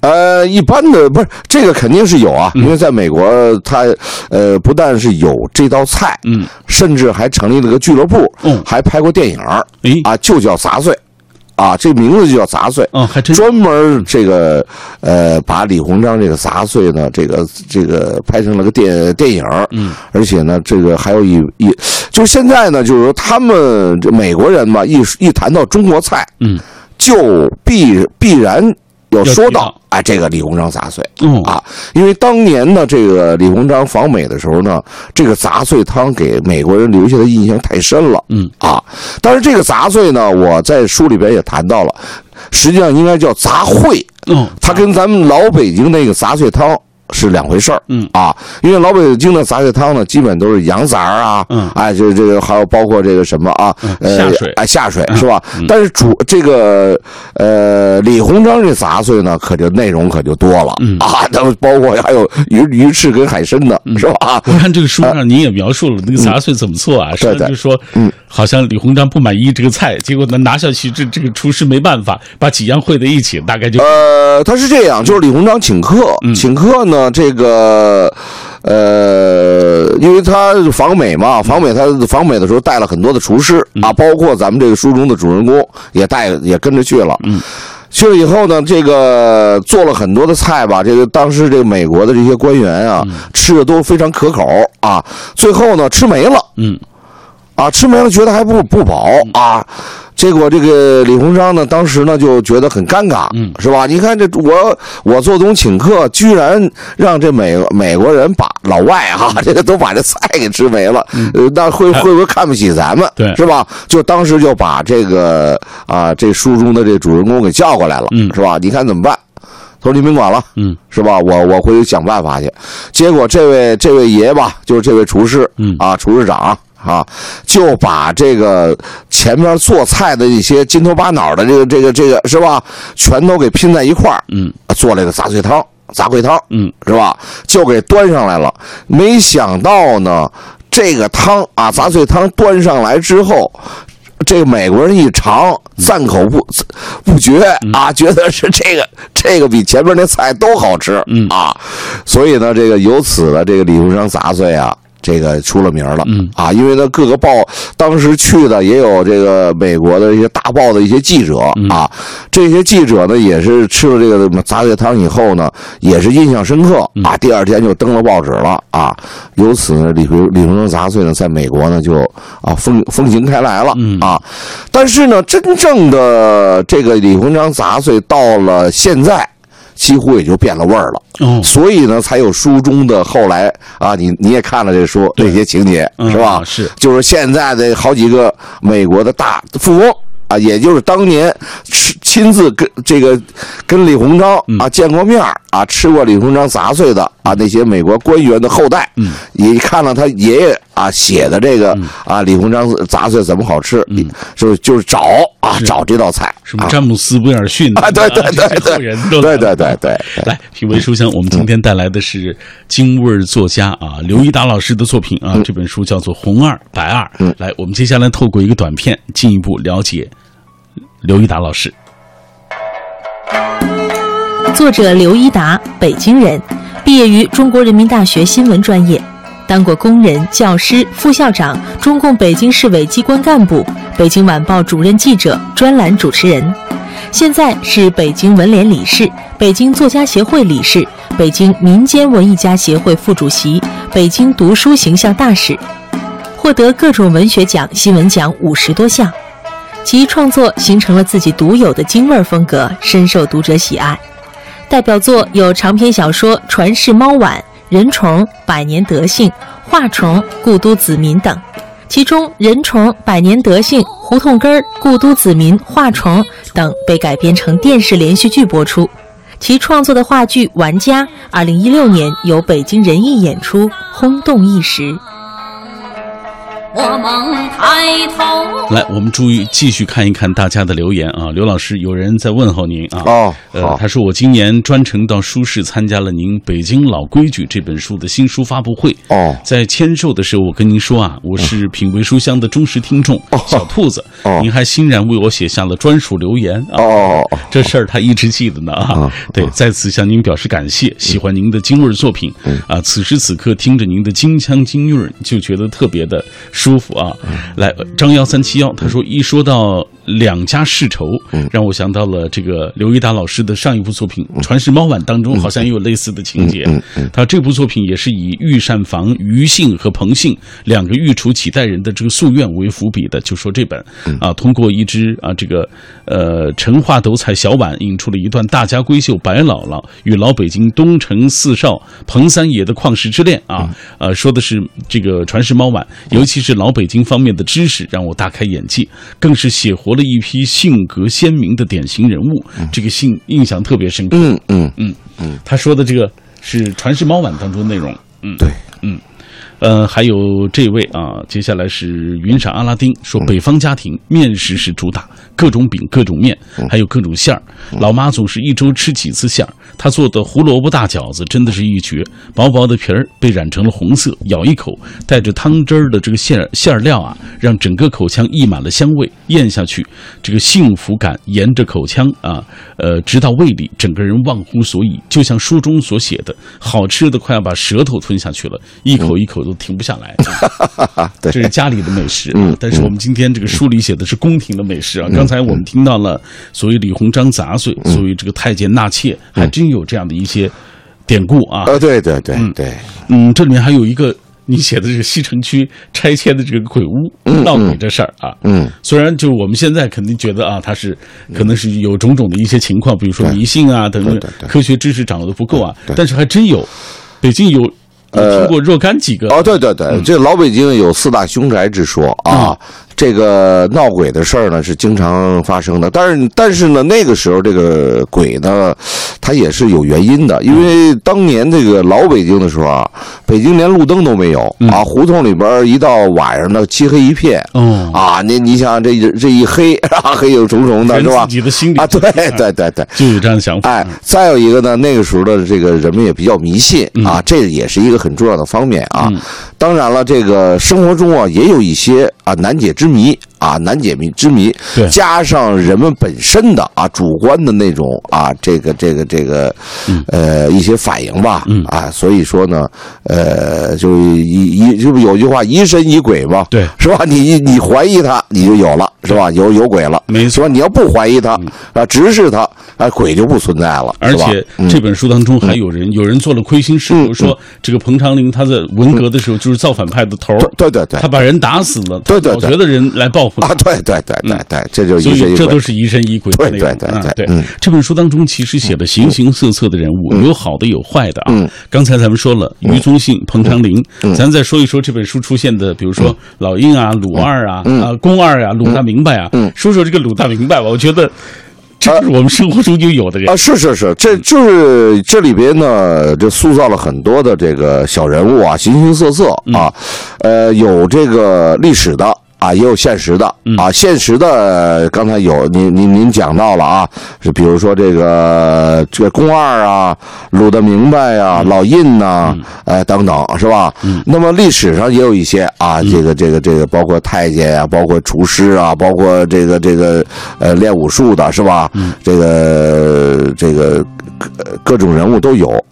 Speaker 2: 呃，一般的不是这个肯定是有
Speaker 1: 嗯
Speaker 2: 啊，因为在美国，它呃不但是有这道菜，
Speaker 1: 嗯，
Speaker 2: 甚至还成立了个俱乐部，
Speaker 1: 嗯
Speaker 2: 还拍过电影儿
Speaker 1: 诶
Speaker 2: 啊，就叫杂碎，啊，这名字就叫杂碎，
Speaker 1: 嗯，还真
Speaker 2: 专门儿这个呃，把李鸿章这个杂碎呢，这个这个拍成了个电电影嗯，而且呢，这个还有一一，就现在呢，就是说他们这美国人嘛，一一谈到中国菜，
Speaker 1: 嗯，
Speaker 2: 就必必然要说
Speaker 1: 要提
Speaker 2: 到
Speaker 1: 到
Speaker 2: 哎，这个李鸿章杂碎，
Speaker 1: 哦
Speaker 2: 啊，因为当年呢，这个李鸿章访美的时候呢，这个杂碎汤给美国人留下的印象太深了。
Speaker 1: 嗯
Speaker 2: 啊，但是这个杂碎呢，我在书里边也谈到了，实际上应该叫杂烩，
Speaker 1: 哦，
Speaker 2: 它跟咱们老北京那个杂碎汤。是两回事儿，
Speaker 1: 嗯
Speaker 2: 啊，因为老北京的杂碎汤呢，基本都是羊杂儿啊，
Speaker 1: 嗯
Speaker 2: 哎，就这个还有包括这个什么啊，呃，
Speaker 1: 下水嗯
Speaker 2: 哎，下水是吧？但是主这个呃，李鸿章这杂碎呢，可就内容可就多了、
Speaker 1: 嗯
Speaker 2: 啊，他们包括还有鱼鱼翅跟海参呢，是吧？啊
Speaker 1: 我看这个书上你也描述了那个杂碎怎么做啊？
Speaker 2: 对
Speaker 1: 说
Speaker 2: 嗯对
Speaker 1: 就说，好像李鸿章不满意这个菜，结果呢拿下去，这这个厨师没办法，把几样烩在一起，大概就
Speaker 2: 呃，他是这样，就是李鸿章请客，请客呢，这个，呃，因为他访美嘛，访美他访美的时候带了很多的厨师、啊，包括咱们这个书中的主人公也带也跟着去了，嗯。去了以后呢，这个做了很多的菜吧，这个当时这个美国的这些官员啊，吃的都非常可口啊，最后呢吃没了，
Speaker 1: 嗯
Speaker 2: 啊，吃没了觉得还不不饱啊。结果这个李鸿章呢，当时呢就觉得很尴尬，
Speaker 1: 嗯
Speaker 2: 是吧？你看这我我做东请客，居然让这美美国人把老外哈、
Speaker 1: 嗯
Speaker 2: 这个都把这菜给吃没了，呃，那会会不会看不起咱们？
Speaker 1: 哎对
Speaker 2: 是吧？就当时就把这个啊这书中的这主人公给叫过来了，
Speaker 1: 嗯
Speaker 2: 是吧？你看怎么办？他说离宾馆了，
Speaker 1: 嗯，
Speaker 2: 是吧？我我回去想办法去。结果这位这位爷吧，就是这位厨师，
Speaker 1: 嗯
Speaker 2: 啊，厨师长啊，就把这个前面做菜的一些筋头巴脑的这个这个这个是吧，全都给拼在一块儿，啊
Speaker 1: 嗯
Speaker 2: 做了一个杂碎汤，杂烩汤，
Speaker 1: 嗯，
Speaker 2: 是吧？就给端上来了。没想到呢，这个汤啊，杂碎汤端上来之后。这个美国人一尝，赞口不不绝
Speaker 1: 嗯
Speaker 2: 啊，觉得是这个这个比前面那菜都好吃
Speaker 1: 嗯
Speaker 2: 啊，所以呢，这个由此呢，这个李鸿章杂碎啊，这个出了名了
Speaker 1: 嗯
Speaker 2: 啊，因为呢，各个报当时去的也有这个美国的一些大报的一些记者
Speaker 1: 嗯
Speaker 2: 啊，这些记者呢也是吃了这个杂碎汤以后呢，也是印象深刻
Speaker 1: 嗯
Speaker 2: 啊，第二天就登了报纸了啊，由此呢，李鸿李鸿章杂碎呢，在美国呢就啊风风行开来了
Speaker 1: 嗯
Speaker 2: 啊，但是呢，真正的这个李鸿章杂碎到了现在，几乎也就变了味儿了。
Speaker 1: 哦，
Speaker 2: 所以呢，才有书中的后来啊，你你也看了这书那些情节、
Speaker 1: 嗯
Speaker 2: 是吧？
Speaker 1: 是
Speaker 2: 就是现在的好几个美国的大富翁啊，也就是当年吃亲自跟这个跟李鸿章
Speaker 1: 嗯
Speaker 2: 啊见过面儿啊，吃过李鸿章杂碎的啊那些美国官员的后代，嗯，也看了他爷爷啊写的这个、
Speaker 1: 嗯
Speaker 2: 啊李鸿章杂碎怎么好吃，嗯，就是就是找啊找这道菜
Speaker 1: 什么
Speaker 2: 啊
Speaker 1: 詹姆斯·威尔逊
Speaker 2: 啊 对对
Speaker 1: 这
Speaker 2: 对
Speaker 1: 些后
Speaker 2: 对
Speaker 1: 人都
Speaker 2: 对对对对，
Speaker 1: 来，品味书香，我们今天带来的是京味儿作家啊刘一达老师的作品
Speaker 2: 嗯
Speaker 1: 啊，这本书叫做《红二白二》。来，我们接下来透过一个短片进一步了解刘一达老师。
Speaker 3: 作者刘一达，北京人，毕业于中国人民大学新闻专业，当过工人、教师、副校长、中共北京市委机关干部、北京晚报主任记者、专栏主持人。现在是北京文联理事、北京作家协会理事、北京民间文艺家协会副主席、北京读书形象大使，获得各种文学奖、新闻奖五十多项。其创作形成了自己独有的京味儿风格，深受读者喜爱。代表作有长篇小说《传世猫碗》《人虫》《百年德性》《画虫》《故都子民》等。其中，《人虫》《百年德性》《胡同根儿》《故都子民》《画虫》等被改编成电视连续剧播出。其创作的话剧《玩家》，二零一六年由北京人艺演出，轰动一时。
Speaker 4: 我猛抬头，
Speaker 1: 来，我们注意继续看一看大家的留言啊。刘老师，有人在问候您啊。
Speaker 2: 哦
Speaker 1: 呃
Speaker 2: 好，
Speaker 1: 他说我今年专程到书市参加了您《北京老规矩》这本书的新书发布会。
Speaker 2: 哦嗯
Speaker 1: 在签售的时候，我跟您说啊，我是品味书香的忠实听众，小兔子。
Speaker 2: 哦
Speaker 1: 您还欣然为我写下了专属留言啊。
Speaker 2: 哦哦
Speaker 1: 这事儿他一直记得呢啊
Speaker 2: 啊！
Speaker 1: 对，在此向您表示感谢，喜欢您的京味儿作品啊！此时此刻听着您的京腔京韵儿，就觉得特别的舒服啊！来，呃张幺三七幺他说一说到两家世仇，让我想到了这个刘一达老师的上一部作品《传世猫碗》当中，好像也有类似的情节。他这部作品也是以御膳房于姓和彭姓两个御厨几代人的这个夙愿为伏笔的，就说这本
Speaker 2: 嗯
Speaker 1: 啊，通过一只啊这个呃陈化斗彩小碗，引出了一段大家闺秀白姥姥与老北京东城四少彭三爷的旷世之恋啊，
Speaker 2: 嗯
Speaker 1: 呃说的是这个传世猫碗，尤其是老北京方面的知识让我大开眼界，更是写活了一批性格鲜明的典型人物，这个性印象特别深刻。
Speaker 2: 嗯嗯
Speaker 1: 他说的这个是《传世猫碗》当中的内容。嗯，
Speaker 2: 对，
Speaker 1: 嗯。呃，还有这位啊，接下来是云闪阿拉丁说，北方家庭面食是主打，各种饼、各种面，还有各种馅儿。老妈总是一周吃几次馅儿，她做的胡萝卜大饺子真的是一绝，薄薄的皮儿被染成了红色，咬一口带着汤汁儿的这个馅儿馅儿料啊，让整个口腔溢满了香味，咽下去，这个幸福感沿着口腔啊，呃，直到胃里，整个人忘乎所以，就像书中所写的，好吃的快要把舌头吞下去了，一口一口都停不下来。
Speaker 2: 啊，对
Speaker 1: 这是家里的美食，啊，但是我们今天这个书里写的是宫廷的美食啊。刚才我们听到了所谓李鸿章杂碎，所谓这个太监纳妾，还真有这样的一些典故啊。
Speaker 2: 啊，对对对对，
Speaker 1: 嗯，这里面还有一个你写的这个西城区拆迁的这个鬼屋闹鬼这事儿啊，
Speaker 2: 嗯，
Speaker 1: 虽然就是我们现在肯定觉得啊，它是可能是有种种的一些情况，比如说迷信啊等等
Speaker 2: 对，
Speaker 1: 科学知识掌握的不够啊，但是还真有，北京有有听过若干几个
Speaker 2: 呃
Speaker 1: 嗯
Speaker 2: 哦，对对对，这老北京有四大凶宅之说啊，这个闹鬼的事儿呢是经常发生的，但是但是呢，那个时候这个鬼呢，它也是有原因的，因
Speaker 1: 嗯
Speaker 2: 为当年这个老北京的时候啊，北京连路灯都没有
Speaker 1: 嗯
Speaker 2: 啊，胡同里边一到晚上呢，漆黑一片。
Speaker 1: 哦，
Speaker 2: 啊，你你想这一这一黑， 啊，黑影重重的
Speaker 1: 人
Speaker 2: 是吧
Speaker 1: 自？己的心理
Speaker 2: 啊，对对对对，
Speaker 1: 就有这样的想法，
Speaker 2: 哎，再有一个呢，那个时候的这个人们也比较迷信
Speaker 1: 嗯
Speaker 2: 啊，这也是一个很重要的方面啊。当然了，这个生活中啊也有一些啊难解之谜啊，难解谜之谜
Speaker 1: 对，
Speaker 2: 加上人们本身的啊主观的那种啊这个这个这个
Speaker 1: 嗯
Speaker 2: 呃一些反应吧啊，所以说呢，呃，就一一就是有句话疑神疑鬼嘛，
Speaker 1: 对
Speaker 2: 是吧？你你你怀疑他，你就有了，是吧？有有鬼了，
Speaker 1: 没错嗯
Speaker 2: 是吧？你要不怀疑他啊，直视他啊，鬼就不存在了，
Speaker 1: 而
Speaker 2: 是吧嗯
Speaker 1: 且这本书当中还有人，有人做了亏心事，比如说这个彭长林他在文革的时候就是造反派的头儿，
Speaker 2: 嗯对对对对
Speaker 1: 他把人打死了，
Speaker 2: 对对
Speaker 1: 老
Speaker 2: 对
Speaker 1: 觉得人来报复他
Speaker 2: 啊，对对对对对，这就
Speaker 1: 嗯所
Speaker 2: 一神
Speaker 1: 以
Speaker 2: 一
Speaker 1: 这
Speaker 2: 鬼
Speaker 1: 都。是疑神疑鬼的内容。
Speaker 2: 对对对
Speaker 1: 啊
Speaker 2: 对嗯
Speaker 1: 对，这本书当中其实写了形形色色的人物，有好的有坏的
Speaker 2: 嗯
Speaker 1: 啊。刚才咱们说了于宗信、彭长林，咱再说一说这本书出现的，比如
Speaker 2: 嗯
Speaker 1: 说老鹰啊、鲁二啊、啊宫二啊、鲁大明白啊，
Speaker 2: 嗯
Speaker 1: 说说这个鲁大明白吧，我觉得这就是我们生活中就有的人
Speaker 2: 啊，。是是是，这
Speaker 1: 嗯
Speaker 2: 就是这里边呢，就塑造了很多的这个小人物啊，形形色色
Speaker 1: 嗯
Speaker 2: 啊，呃，有这个历史的啊，也有现实的
Speaker 1: 嗯
Speaker 2: 啊，现实的刚才有您您您讲到了啊，是比如说这个这个宫二啊，鲁的明白呀、
Speaker 1: 嗯
Speaker 2: 老印呐、呃等等，是吧？那么历史上也有一些啊，这个这个这个，包括太监呀、包括厨师啊，包括这个这个呃练武术的是吧？这个这个各各种人物都有。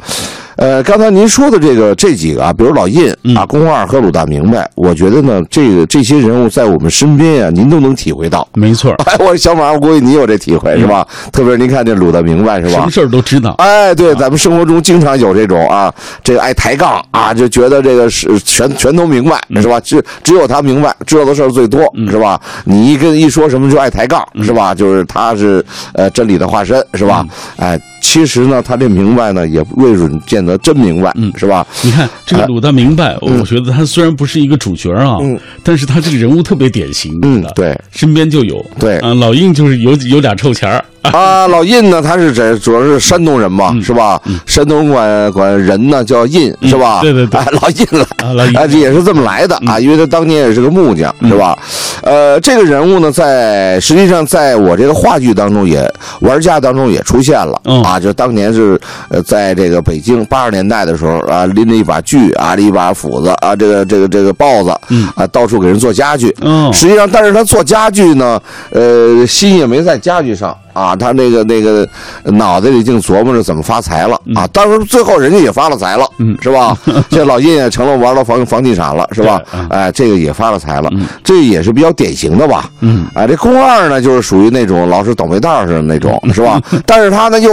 Speaker 2: 呃，刚才您说的这个这几个啊，比如老印啊、宫二和鲁大明白，我觉得呢，这个这些人物在我们身边呀、您都能体会到。
Speaker 1: 没错儿，
Speaker 2: 哎，我小马，我估计你有这体会是吧？特别是您看这鲁大明白是
Speaker 1: 什
Speaker 2: 吧
Speaker 1: 么？事儿都知道。
Speaker 2: 哎，对，咱们生活中经常有这种啊，这个爱抬杠啊，就觉得这个是全全都明白是吧？只只有他明白，知道的事儿最多是吧？你一跟一说什么就爱抬杠是吧？就是他是呃真理的化身是吧？哎，其实呢，他这明白呢也未准见得真明白是吧？
Speaker 1: 你看这个鲁大明
Speaker 2: 啊
Speaker 1: 白，
Speaker 2: 嗯
Speaker 1: 我觉得他虽然不是一个主角啊，但是他这个人物特别典型。
Speaker 2: 嗯
Speaker 1: 的，
Speaker 2: 对
Speaker 1: 身边就有。
Speaker 2: 对
Speaker 1: 啊，老印就是有有俩臭钱儿，
Speaker 2: 啊，老印呢，他是指主要是山东人
Speaker 1: 嗯
Speaker 2: 嘛，是吧？山东管管人呢叫印，是吧？
Speaker 1: 对对对
Speaker 2: 哎老印了，
Speaker 1: 啊老印 嗯
Speaker 2: 哎，这也是这么来的啊，因为他当年也是个木匠，是吧？呃，这个人物呢，在实际上在我这个话剧当中也玩家当中也出现了
Speaker 1: 嗯
Speaker 2: 啊，就当年是呃，在这个北京八十年代的时候啊，拎着一把锯啊，一把斧子啊，这个这个这个豹子啊，到处给人做家具，
Speaker 1: 嗯
Speaker 2: 实际上，但是他做家具呢，呃，心也没在家具上啊，他那个那个脑袋里净琢磨着怎么发财了啊。当然，最后人家也发了财了，嗯，是 吧？这老印也成了玩到房房地产了，是吧？哎，这个也发了财了，这也是比较典型的吧？嗯，啊，这宫二呢，就是属于那种老是倒霉蛋儿似的那种，是吧？但是他呢又。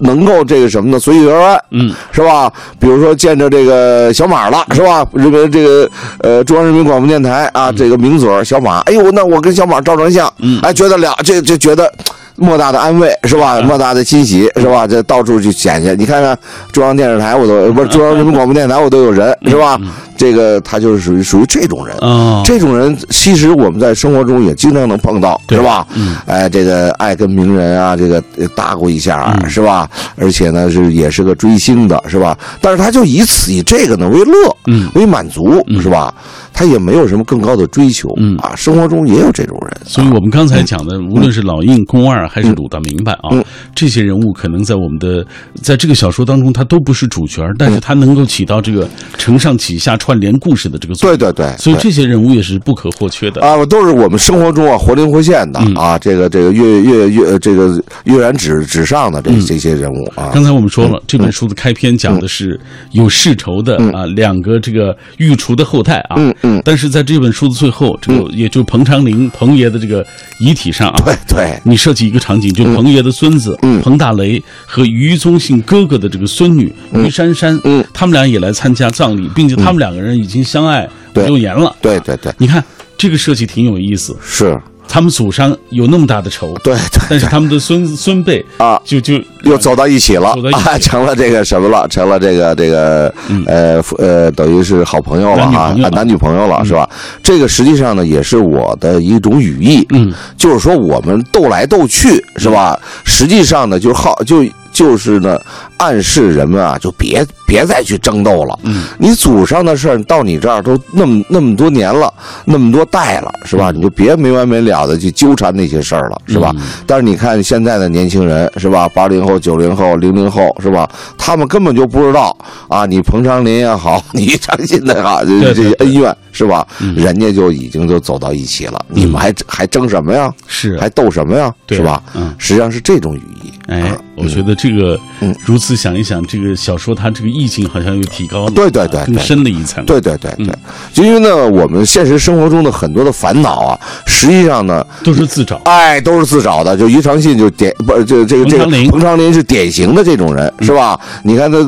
Speaker 2: 能够这个什么呢？随遇而安，嗯，是吧？比如说见着这个小马了，是吧？人民这个呃中央人民广播电台啊，这个名嘴儿小马，哎呦，那我跟小马照张相，嗯，哎，觉得了，这这觉得。莫大的安慰是吧？莫大的欣喜是吧？这到处去捡去，你看看中央电视台我都呃不是中央人民广播电台我都有人是吧？这个他就是属于属于这种人，
Speaker 1: 哦
Speaker 2: 这种人其实我们在生活中也经常能碰到，
Speaker 1: 对
Speaker 2: 是吧？嗯，哎，这个爱跟名人啊，这个呃搭过一下
Speaker 1: 嗯
Speaker 2: 啊，是吧？而且呢，是也是个追星的，是吧？但是他就以此以这个呢为乐，嗯，为满足，是吧？他也没有什么更高的追求，嗯啊，生活中也有这种人，
Speaker 1: 所以我们刚才讲的，无论是老印、宫二还是鲁大明白啊，
Speaker 2: 嗯
Speaker 1: 这些人物可能在我们的在这个小说当中，他都不是主角，但是他能够起到这个承上启下、串联故事的这个作
Speaker 2: 对
Speaker 1: 用。
Speaker 2: 对对，
Speaker 1: 所以
Speaker 2: 对
Speaker 1: 这些人物也是不可或缺的。
Speaker 2: 啊，都是我们生活中啊活灵活现
Speaker 1: 嗯
Speaker 2: 的啊，这个这个跃跃跃这个跃然纸纸上的这这些人物啊，
Speaker 1: 嗯
Speaker 2: 嗯
Speaker 1: 刚才我们说了，这本书的开篇讲的是有世仇的啊，两个这个御厨的后代啊，嗯嗯，但是在这本书的最后，这个也就是彭长林彭爷的这个遗体上啊，
Speaker 2: 嗯对对。嗯
Speaker 1: 你设计一个场景，就彭爷的孙子、彭大雷和于宗信哥哥的这个孙女、
Speaker 2: 嗯
Speaker 1: 于珊珊，他们俩也来参加葬礼，并且他们两个人已经相爱五
Speaker 2: 对
Speaker 1: 六年了。
Speaker 2: 对对对，
Speaker 1: 你看这个设计挺有意思，
Speaker 2: 是，
Speaker 1: 他们祖上有那么大的仇，
Speaker 2: 对对。
Speaker 1: 但是他们的孙孙辈
Speaker 2: 啊
Speaker 1: 就就
Speaker 2: 又走到一起了
Speaker 1: 走到一起嗯
Speaker 2: 啊， 成了这个什么了？成了这个这个呃夫呃，等于是好朋友了哈
Speaker 1: 男女朋友，了嗯
Speaker 2: 啊男女朋友了是吧？这个实际上呢，也是我的一种语义，嗯，就是说我们斗来斗去是吧？
Speaker 1: 嗯
Speaker 2: 实际上呢，就是好就。就是呢，暗示人们啊，就别别再去争斗了。嗯，你祖上的事儿到你这儿都那么那么多年了，那么多代了，是
Speaker 1: 嗯
Speaker 2: 吧？你就别没完没了的去纠缠那些事儿了，是吧？但是你看现在的年轻人，是吧？八零后、九零后、零零后，是吧？他们根本就不知道啊，你彭长林也好， 你张信的也好，这
Speaker 1: 对
Speaker 2: 这些
Speaker 1: 对嗯
Speaker 2: 恩怨是吧？人家就已经就走到一起了，你们还还争什么呀？
Speaker 1: 是啊
Speaker 2: 还斗什么呀？
Speaker 1: 对
Speaker 2: 是吧？
Speaker 1: 嗯
Speaker 2: 实际上是这种语义。
Speaker 1: 哎
Speaker 2: 啊，
Speaker 1: 我觉得这个
Speaker 2: 嗯
Speaker 1: 如此想一想，这个小说它这个意境好像又提高了，
Speaker 2: 对对对对
Speaker 1: 更深了一层。
Speaker 2: 对对对对，
Speaker 1: 嗯
Speaker 2: 就因为呢，我们现实生活中的很多的烦恼啊，实际上呢，
Speaker 1: 都是自找。
Speaker 2: 哎，都是自找的。就于长信就典不是这这个这
Speaker 1: 彭
Speaker 2: 个
Speaker 1: 长林
Speaker 2: 彭长林是典型的这种人，是吧？你看他，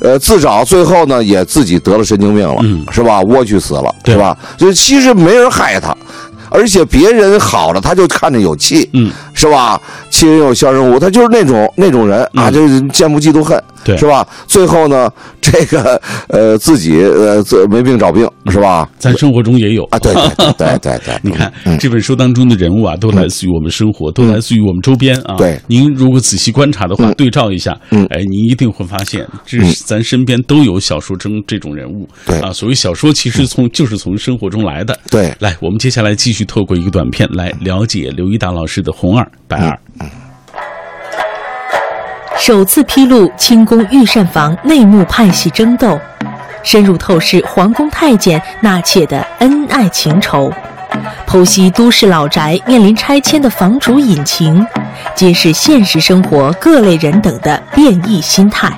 Speaker 2: 呃，自找，最后呢也自己得了神经病了，是吧？蜗居死了，
Speaker 1: 嗯对
Speaker 2: 是吧？就其实没人害他。而且别人好了，他就看着有气，
Speaker 1: 嗯，
Speaker 2: 是吧？欺人有笑人无，他就是那种那种人啊，就是见不嫉妒恨，
Speaker 1: 嗯对
Speaker 2: 是吧？最后呢， 这个呃自己呃自没病找病，是吧？
Speaker 1: 咱生活中也有
Speaker 2: 啊，对嗯对对对对对，
Speaker 1: 你看这本书当中的人物啊，都来自于我们生活，都来自于我们周边啊。
Speaker 2: 嗯对嗯
Speaker 1: 您如果仔细观察的话，对照一下，哎，您一定会发现，这是咱身边都有小说中这种人物。
Speaker 2: 对
Speaker 1: 啊，所谓小说其实从就是从生活中来的。
Speaker 2: 对
Speaker 1: 来，我们接下来继续透过一个短片来了解刘一达老师的《红二白二》。
Speaker 3: 首次披露清宫御膳房内幕派系争斗，深入透视皇宫太监纳妾的恩爱情仇，剖析都市老宅面临拆迁的房主隐情，揭示现实生活各类人等的变异心态。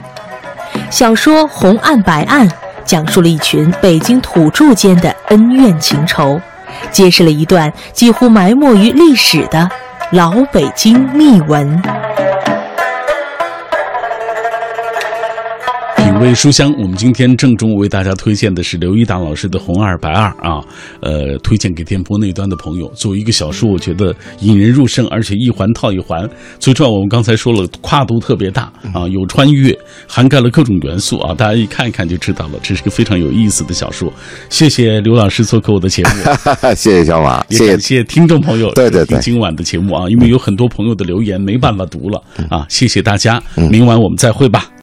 Speaker 3: 小说《红案白案》讲述了一群北京土著间的恩怨情仇，揭示了一段几乎埋没于历史的老北京秘闻。
Speaker 1: 品味书香，我们今天正中午为大家推荐的是刘一达老师的《红二白二》啊，呃，推荐给电波那端的朋友。作为一个小说，我觉得引人入胜，而且一环套一环。最重要，我们刚才说了，跨度特别大
Speaker 2: 嗯
Speaker 1: 啊，有穿越，涵盖了各种元素啊，大家一看一看就知道了，这是个非常有意思的小说。谢谢刘老师做客我的节目。
Speaker 2: 谢谢小马，
Speaker 1: 也
Speaker 2: 谢
Speaker 1: 感
Speaker 2: 谢。
Speaker 1: 谢听众朋友
Speaker 2: 对
Speaker 1: 收
Speaker 2: 对对
Speaker 1: 听今晚的节
Speaker 2: 嗯
Speaker 1: 目啊，因为有很多朋友的留言没办法读了啊，谢谢大家，明晚我们再会吧。